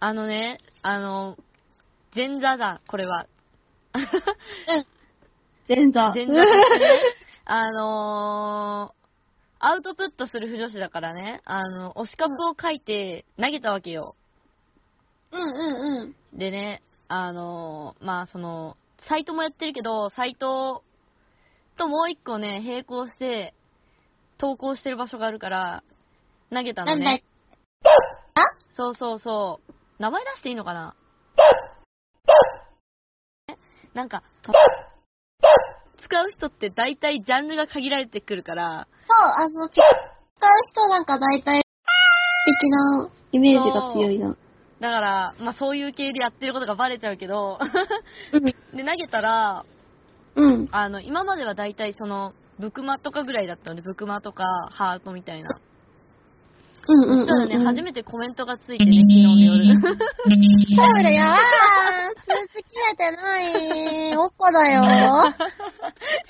あのね、あの、前座だ、これは。前座。 前座です ね。あのーアウトプットする不女子だからね、あの、推し活を書いて投げたわけよ。うんうんうん。でね、あのーまあその、サイトもやってるけど、サイトともう一個ね、並行して投稿してる場所があるから、投げたなのんだねっ。そうそうそう。名前出していいのかなえなんか、使う人って大体ジャンルが限られてくるから、そう、あの、使う人なんか大体、的なイメージが強いな。だから、まあそういう系でやってることがバレちゃうけど、 うで、投げたら、ん。うん。あの、今までは大体その、ブクマとかぐらいだったので、ブクマとかハートみたいな。うんうんうん、そうん。したらね、初めてコメントがついてね、昨日の夜。そりゃあ、スーツ着れてない、おっこだよ。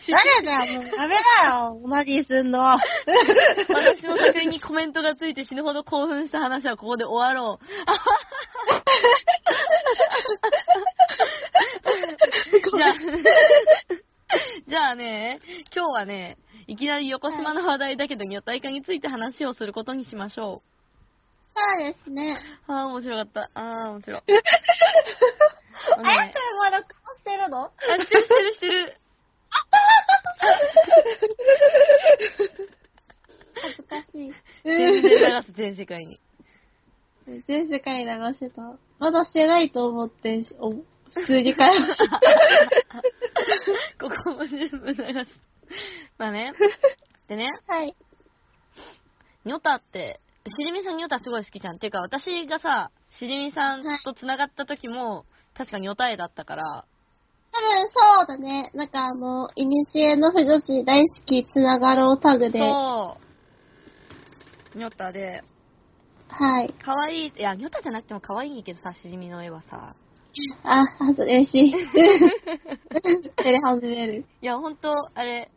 誰だよ、もうダメだよ、マジすんの。私の作品にコメントがついて死ぬほど興奮した話はここで終わろう。じゃあ、じゃあね、今日はね、いきなり横島の話題だけど、女体化について話をすることにしましょそうですね。う。ああ、面白かった。ああ、面白い。ああのやねくんは録音してるのあしてるしてるしてる。恥ずかし全然い。流す、全世界に。全世界流してた。まだしてないと思ってんし、お普通に会話してここも全部流す。まあね。でね、はい。ニョタって、しりみさんニョタすごい好きじゃん。ていうか、私がさ、しりみさんと繋がった時も、確かニョタ絵だったから、多分そうだね。なんかあの、いにしえの不女子大好きつながろうタグで。はそう、ニョタで、い。可愛いい、いや、ニョタじゃなくても可愛いけどさ、しりみの絵はさ、あ、恥ずかしい。照れ始める。いや、ほんと、あれ、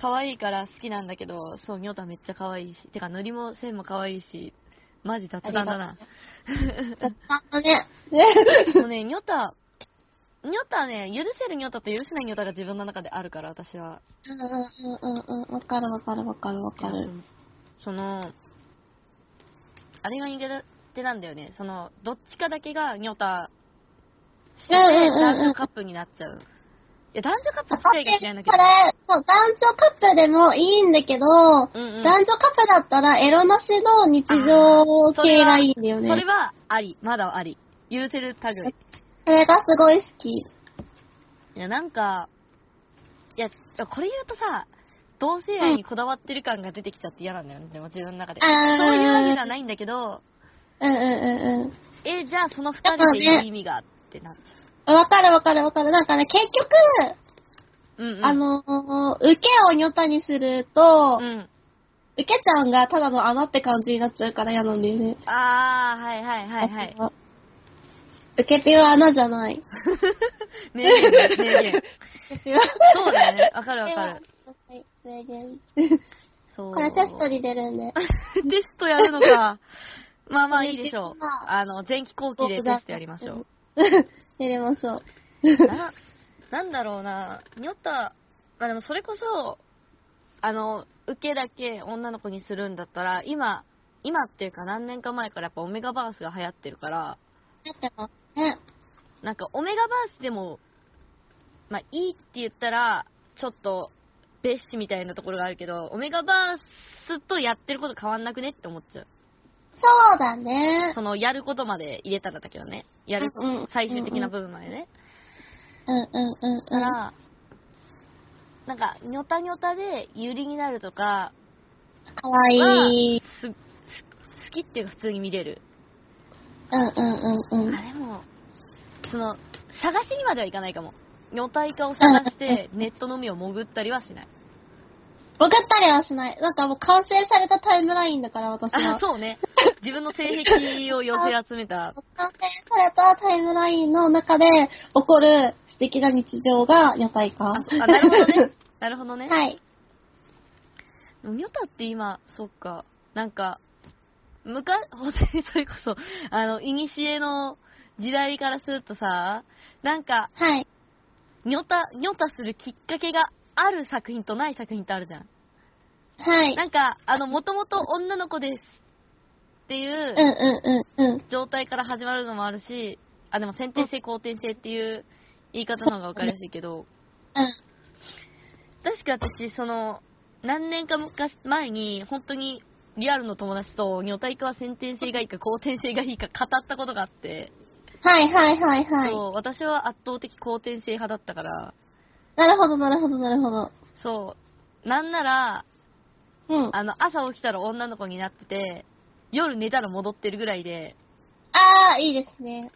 可愛いから好きなんだけど、そう、ニョタめっちゃ可愛いし、てか、塗りも線も可愛いし、マジ雑談だな。雑談だね。もうね、ニョタ、ニョタね、許せるニョタと許せないニョタが自分の中であるから、私は。うんうんうんうんうん。わかるわかるわかるわかる。その、あれが苦手なんだよね。その、どっちかだけがニョタして、うんうんうんうん男女カップになっちゃう。いや、男女カップ自体が嫌いなんだこれ、そう、男女カップでもいいんだけど、けど、うんうん、男女カップだったらエロなしの日常系がいいんだよね。それはあり、まだあり。許せる類。それがすごい好き。いや、なんか、いや、これ言うとさ、同性愛にこだわってる感が出てきちゃって嫌なんだよね、でも自分の中で。あそうーいうわけじゃないんだけど、うんうんうんうん。え、じゃあその二人でいい意味がってなっちゃわかるわかるわかる。なんかね、結局、う。うんうん。あ、のー、受けをニョタにすると、うん。受けちゃんがただの穴って感じになっちゃうから嫌なんだよね。あー、はいはいはいはい。あ。受け手は穴じゃない。名言だ、名言。受け手はそうだよね。わかるわかる。はい、名言。そう。これテストに出るんで。テストやるのか。まあまあいいでしょうこれテスト。だあの、前期後期でテストやりましょう。 やりましょう。な、なんだろうな、にょった、まあでもそれこそ、あの、受けだけ女の子にするんだったら、今、今っていうか何年か前からやっぱオメガバースが流行ってるから、やってますね。なんかオメガバースでも、まあいいって言ったら、ちょっと、別視みたいなところがあるけど、オメガバースとやってること変わんなくねって思っちゃう。そうだね。その、やることまで入れたらだけどね。やる、うんうん最終的な部分までね。うんうんうんかうん。ら、なんか、ニョタニョタでユリになるとか、かわいい。す、す好きっていうか普通に見れる。うんうんうんうあ、ん。でも、その、探しにまではいかないかも。女体化を探して、ネットの海を潜ったりはしない。僕ったりはしない。なんかもう完成されたタイムラインだから、私あは。、そうね。自分の性癖を寄せ集めた。完成されたタイムラインの中で起こる素敵な日常が女体化。あ、はあなるほどね。なるほどね。い。ニョタって今、そっか、なんか、昔、 本当にそれこそ、あの、いにしえの時代からするとさ、なんか、はい。にょた、にょたするきっかけがある作品とない作品ってあるじゃん。はい。なんか、あの、もともと女の子ですっていううんうんうんうん。状態から始まるのもあるし、あ、でも先天性、後天性っていう言い方の方がわかりやすいけど、確か私、その、何年か昔前に、本当にリアルの友達と、女体化は先天性がいいか、後天性がいいか語ったことがあって、はいはいはいはい。そう、私は圧倒的後天性派だったから、なるほどなるほどなるほど。そう、なんなら、うん。ああの、朝起きたら女の子になってて、夜寝たら戻ってるぐらいで、あー、いいですね。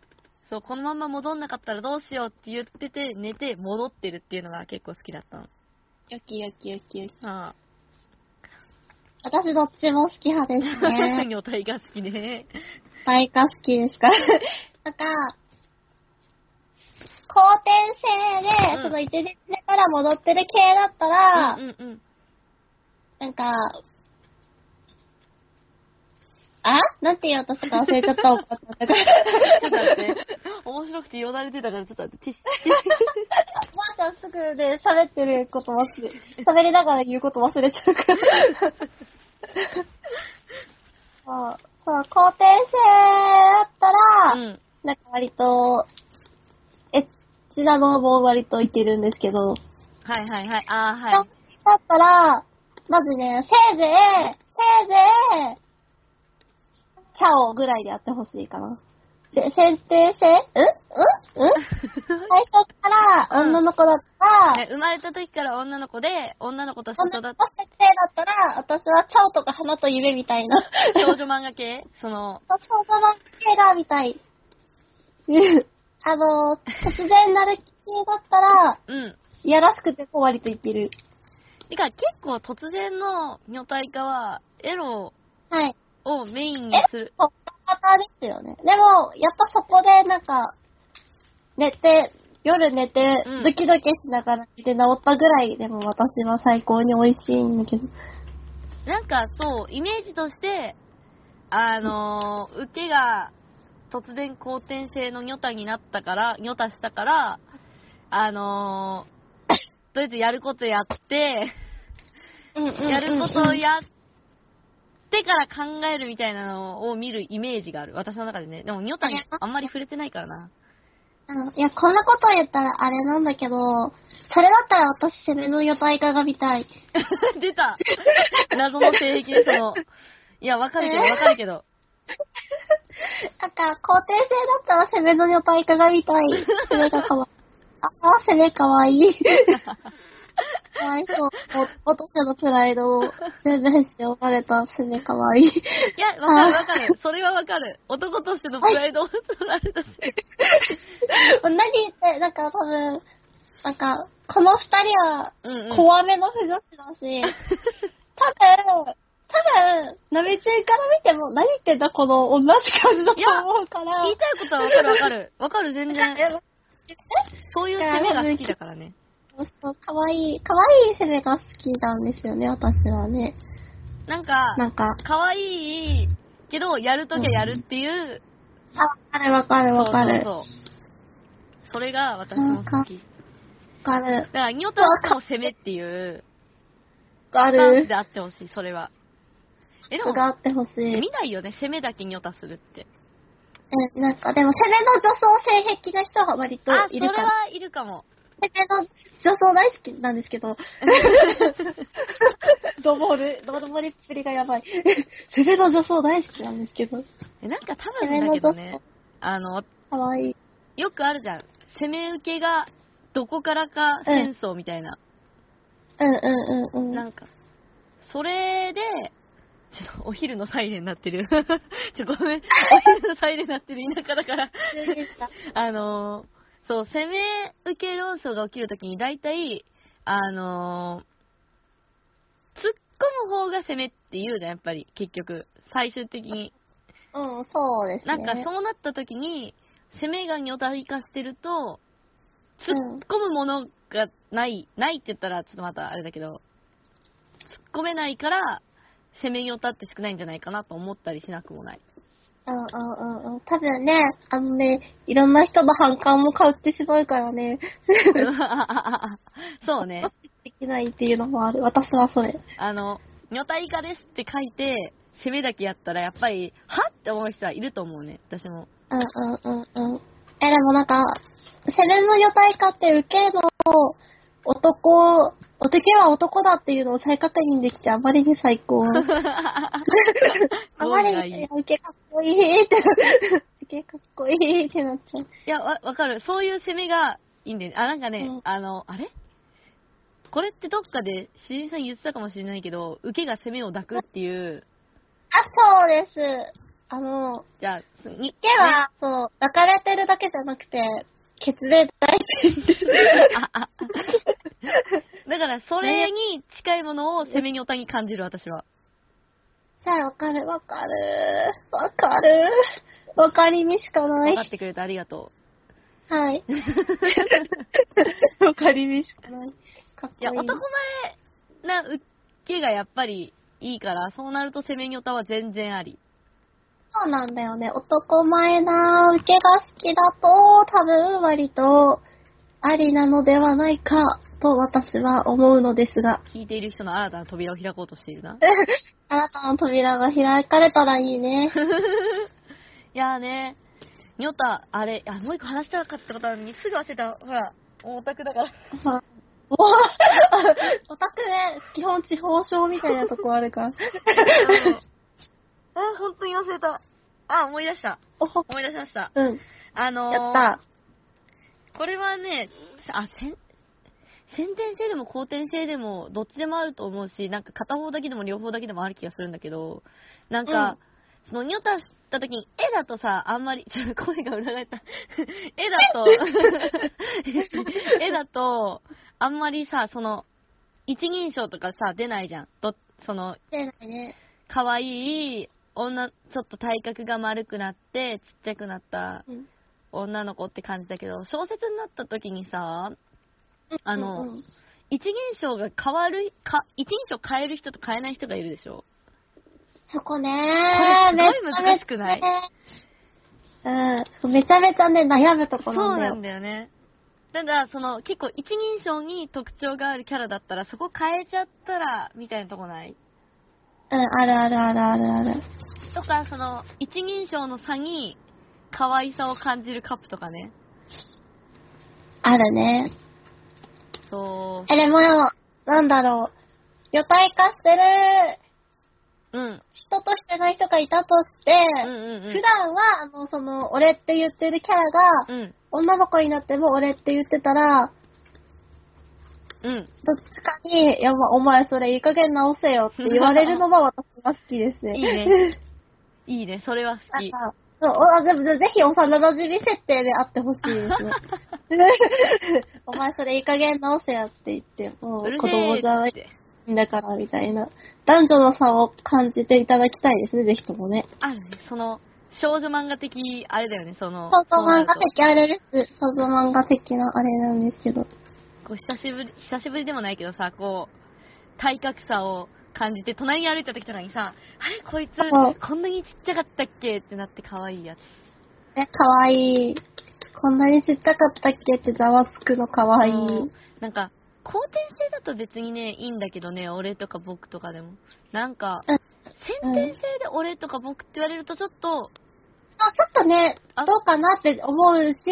そう、このまま戻んなかったらどうしようって言ってて、寝て戻ってるっていうのが結構好きだったの。よきよきよきよき。 あ 私どっちも好き派ですあ。 ね。女体が好きね。大化好きですから。 なんか、後天性うんで、その一日目から戻ってる系だったら、うんうんうん。なんか、あなんて言おうとしたか忘れちゃったおばあちゃんだから。ちょっと待って。面白くてよだれてたからちょっと待って。ティッシおばあちゃんすぐね、喋ってること忘れ、喋りながら言うこと忘れちゃうから。そう、そう、肯定性だったら、ュ。うん。なんか割と、エッチなのも割といけるんですけど、はいはいはい。ああ、はい。だったら、まずね、せいぜい、せいぜい、チャオぐらいでやってほしいかな。せ、先定性うんうんうん最初から女の子だったら、ね生まれた時から女の子で、女の子としてそんな育っ設定だったら、私はチャオとか花と夢みたいな、た少女漫画系その、そうそう漫画系だみたい。あの、突然なる系だったら、うん。いやらしくても割といける。てか結構突然の女体化は、エロはい。をメインにする。え、ほった方ですよね。でも、やっぱそこでなんか、寝て、夜寝てうん、ドキドキしながら寝て治ったぐらいでも私は最高に美味しいんだけど。なんかそう、イメージとして、あのー、受けが突然好転性の女体になったから、女体したから、あのー、とりあえずやることやって、やることをやってから考えるみたいなのを見るイメージがある。私の中でね。でも、ニョタにあんまり触れてないからな。 うんいや、こんなこと言ったらあれなんだけど、それだったら私、攻めの予体化が見たい。出た謎の性域でその、いや、わかるけど、わかるけど。なんか、肯定性だったら攻めの予体化が見たい。攻めがかわいい。ああ、攻めかわいい。かわいそう。お落とせのプライドを全面して読まれた攻めかわいい。いや、わかるわかる。それはわかる。男としてのプライドを取られたし。何言って、なんか多分、なんか、この二人はうんうん。怖めの不女子だし、多分、多分、ナメチュンから見ても何言ってんだこの女って感じだと思うから。言いたいことはわかるわかる。わかる、全然。なんかそういう攻めが好きだからね。そう、かわいい、かわいい攻めが好きなんですよね、私はね。なんか、なんか、可愛いけど、やるときはやるっていう。あ、わかるわかるそわうかる。わそうそう。それが私も好き。かるだ。から、ニョタはもう攻めっていう、わかスタンスるで。あってほしい、それは。え、でも、があってほしい。見ないよね、攻めだけニョタするって。え、なんかでも、攻めの女装性癖の人が割とあ、そいれるから。はいるかも。攻めの女装大好きなんです けど。ドボル、ドボルっぷりがやばい。攻めの女装大好きなんですけど。えなんか多攻分だめのけど女ね装、あの、かわいい。よくあるじゃん。攻め受けが、どこからか戦争みたいな。うんうんうんうん。なんか、それで、ちょっとお昼のサイレン鳴ってる。 ちょ、ごめん。お昼のサイレン鳴ってる田舎だから。急でした あのーそう、攻め受け論争が起きるときに、大体、あのー突っ込む方が攻めって言うじゃん、やっぱり、結局。最終的に。うん、そうですなね。んか、そうなったときに、攻めが女体化してると、突っ込むものがない、ないって言ったら、ちょっとまたあれだけど、突っ込めないから、せめぎ歌って少ないんじゃないかなと思ったりしなくも ない。 うんうんうんうん。多分ね、あのね、いろんな人の反感も買ってしまうからね、そうね。できないっていうのもある。私はそれ。あの、女体化ですって書いて、攻めだけやったら、やっぱり、はって思う人はいると思うね。私も。うんうんうんうん。え、でもなんか、セレンの女体化って受けの男、男は男だっていうのを再確認できてあまりに最高。あまりゴールがいいに受けかっこいいって、受けかっこいいってなっちゃう。いや、わ、わかる。そういう攻めがいいんだよね。あ、なんかね、うんあの、あれこれってどっかで、しじみさん言ってたかもしれないけど、受けが攻めを抱くっていう、あ、そうです。あの、じゃあ、すに、受けは、そう、抱かれてるだけじゃなくて、ケツで抱いてる。 だから、それに近いものを攻めにおたに感じる、私は。さあ、わかる、わかる。わかる。わかりみしかな分いか。ってくれてありがとはい。 わかりみしかない。かっこう。いや、いい。男前な受けがやっぱりいいから、そうなると攻めにおたは全然あり。そうなんだよね。男前な受けが好きだと、多分割と、ありなのではないか、と私は思うのですが、聞いている人の新たな扉を開こうとしているな。新たな扉が開かれたらいいね。いやーね、にょた、あれ、あ、もう一個話したかったことあるのに、すぐ忘れた。ほら、オタクだから。 まあおオタクね、基本地方症みたいなとこあるから。あの、あ、本当に忘れた。あ、思い出した。おほ思い出しました。うん、やっあのー、た。これはね、あ、せん、先天性でも後天性でも、どっちでもあると思うし、なんか片方だけでも両方だけでもある気がするんだけど、なんか、その、ニョタした時に、絵だとさ、あんまり、ちょっと声が裏返った。絵だと、絵だと、あんまりさ、その、一人称とかさ、出ないじゃん。ど、その、出ないね。可愛い女、ちょっと体格が丸くなって、ちっちゃくなったうん女の子って感じだけど、小説になった時にさ、あのうんうん一人称が変わる、か一人称変える人と変えない人がいるでしょ。そこねこれめすっごいちゃ難しくないうん。めちゃめちゃね、悩むとこそうろなんだなよん。だよね。ただ、その、結構一人称に特徴があるキャラだったら、そこ変えちゃったら、みたいなとこないうん、あるあるあるあるある。とか、その、一人称の差に、可愛さを感じるカップとかね。あるね。そえ、でも、なんだろう。予体化してるう。うん。人としてない人がいたとして、うんうんうん。普段は、あの、その、俺って言ってるキャラが、うん。女の子になっても俺って言ってたら、うん。どっちかに、いや、お前それいい加減直せよって言われる のが私は好きですね。いい ね。いいね、それは好き。あそうあでもぜひ幼馴染設定であってほしいです ね。お前それいい加減直せよって言って、もううるせ子え供じゃなっいてんだからみたいな。男女の差を感じていただきたいですね、ぜひともね。あるね、その、少女漫画的、あれだよね、その、想像漫画そうなる的あれです。想像漫画的なあれなんですけど。とこう久しぶり、久しぶりでもないけどさ、こう、体格差を感じて、隣に歩いた時とかにさ、あれ、こいつそう、こんなにちっちゃかったっけってなって可愛いやつ。ね、かわいい。こんなにちっちゃかったっけってざわつくのかわいい。そうなんか、後天性だと別にね、いいんだけどね、俺とか僕とかでも。なんか、うん先天性で俺とか僕って言われるとちょっと、そう、ちょっとね、あどうかなって思うし、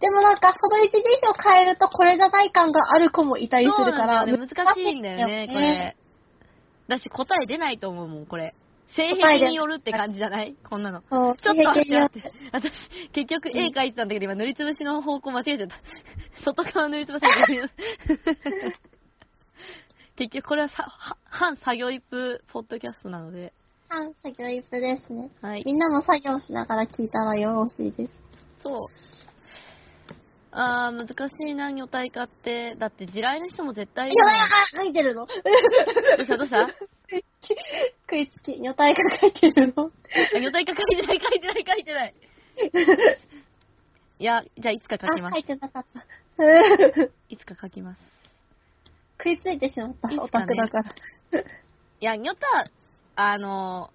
でもなんか、その一人称変えるとこれじゃない感がある子もいたりするかそら、うなんだよね難しいんだよね、これ。だし、答え出ないと思うもん、これ。性癖によるって感じじゃないこんなの。これ。そう、ちょっと待経って験よ待って。私、結局絵描いてたんだけど、今塗りつぶしの方向間違えちゃった。外側塗りつぶしの方向結局これはさは反作業一風ポッドキャストなので、反作業一部ですね。はい。みんなも作業しながら聞いたらよろしいです。そう。あー、難しいな、女体化って。だって、地雷の人も絶対いいるもや、んあ、書いてるのどうしたどうした食いつき、女体が書いてるのあ女体化書いてない、書いてない、書いてない。いや、じゃあいつか書きまあ、す書。いてな かった。 食いつか書きます。いついてしまったいつかね、オタクだから。いや、ニョタ、あの、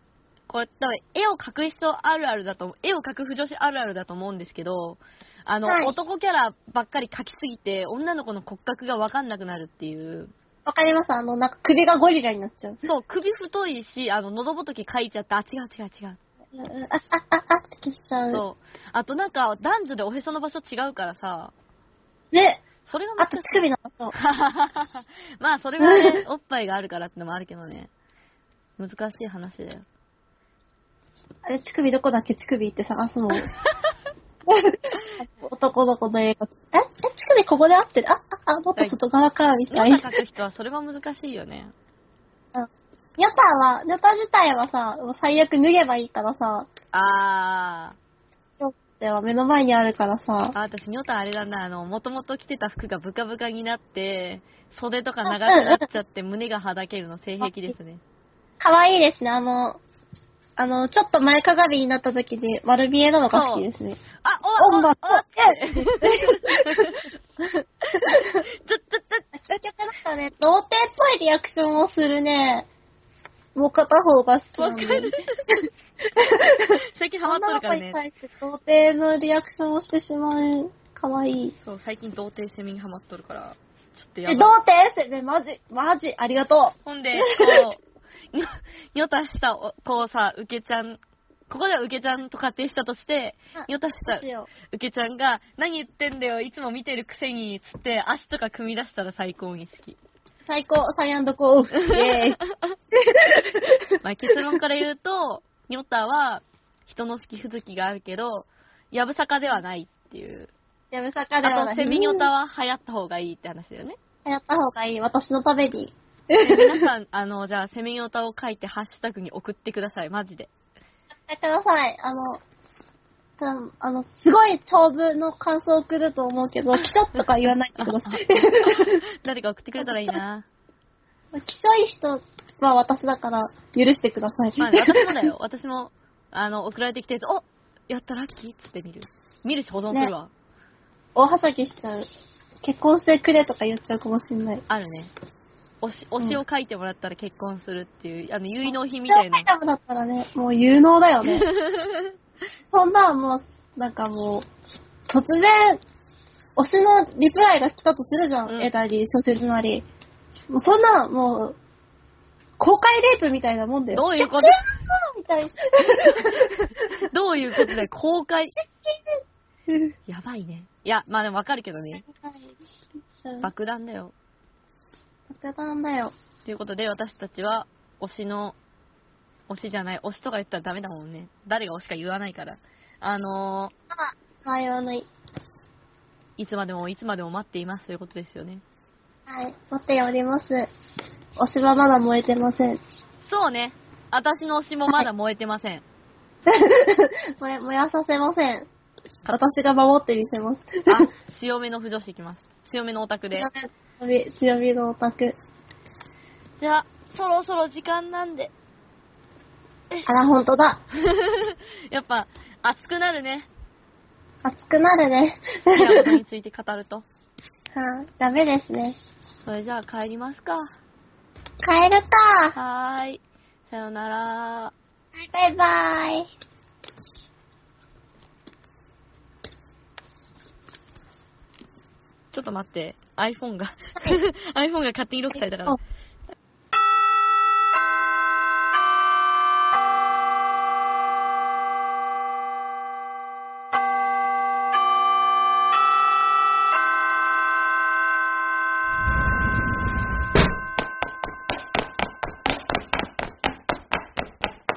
これ多分絵を描く必要あるあるだと、絵を描く不女子あるあるだと思うんですけど、あの、はい男キャラばっかり描きすぎて、女の子の骨格がわかんなくなるっていう。わかりますあの、なんか首がゴリラになっちゃう。そう、首太いし、あの、喉仏描いちゃって、あ、違う違う違う。うんうんあ、あ、あ、あって消しちゃう。そう。あとなんか、男女でおへその場所違うからさ、ね、それがまあたと乳首の場所。 まあ、それは ね、おっぱいがあるからってのもあるけどね。難しい話だよ。あれ、乳首どこだっけ乳首って探 すの。男の子の映画。ええ乳首ここで合ってるあ、あ、あ、もっと外側からみニたいョな。タ書く人はそれは難しいよね。ニョタは、ニョタ自体はさ、もう最悪脱げばいいからさ、あニョタは目の前にあるからさー、、あ私、ニョタあれだな、あの、もともと着てた服がブカブカになって、袖とか長くなっちゃって、胸がはだけるの性癖ですね。可愛いですね。あの、あの、ちょっと前かがみになった時に丸見えなのが好きですね。あ、お音わ楽おわおわえっちょ、ちょ、ちょ、究極だったね。童貞っぽいリアクションをするね、もう片方が好きなんだよねわかる 最近ハマっとるから女ねの子。に対して童貞のリアクションをしてしまう。かわいい。そう、最近童貞セミにハマっとるから、ちょっとえ、や童ばい。貞ですね。マジ、マジ、ありがとほん で、こう、にょにょたしたお、こうさ、受けちゃん、ここでは受けちゃんと仮定したとしてあ、にょたしう。どうたしよ受けちゃんが、何言ってんだよ、いつも見てるくせに、つって、足とか組み出したら最高に好き。う。最高、サイアンド コーフ。イェーイ。まあ、結論から言うと、にょたは、人の好き不好きがあるけど、やぶさかではないっていう。やぶさかではなあい。と、セミにょたは流行った方がいいって話だ よね。うんやった方がいい。私のために。皆さん、あの、じゃあ、セミオタを書いて、ハッシュタグに送ってください、マジで。やってください。あの、たあの、すごい長文の感想を送ると思うけど、キショとか言わないでください。誰か送ってくれたらいいな。キショい人は私だから、許してください。まあ、ね、私もだよ。私も、あの、送られてきたやつ、おやったラッキーっつって見る。見るし保存するわ。 大はしゃぎしちゃう。結婚してくれとか言っちゃうかもしんない。あるね。推し、推しを書いてもらったら結婚するっていう、あの、結納品みショたーいなタイ。ムだったらね、もう有能だ よね。そんなんもう、なんかもう、突然、推しのリプライが来たとするじゃん。うん絵なり、小説なり。もうそんなん、もう、公開レイプみたいなもんだよ。どういうことキャッキャーみたいな。どういうことだよ、公開。 やばいね。いや、まあでもわかるけどね。爆爆弾だよ。弾だよ。ということで、私たちは、推しの、推しじゃない、推しとか言ったらダメだもんね。誰が推しか言わないから。あのあ、幸いはない。ー、いつまでもいつまでも待っていますということですよね。はい、持っております。推しはまだ燃えてません。そうね。私の推しもまだ燃えてません。燃え、燃やさせません。私が守ってみせます。あ、強めの不女子いきます。強めのオタクで。強み、強みのオタク。じゃあ、そろそろ時間なんで。あら、ほんとだ。やっぱ、熱くなる ね。熱くなるね。好き なことについて語ると。はいダメですね。それじゃあ帰りますか。帰るか。はーい。さよなら。バイバイ。 ちょっと待って。iPhone が、iPhone が勝手にロックされたからあ。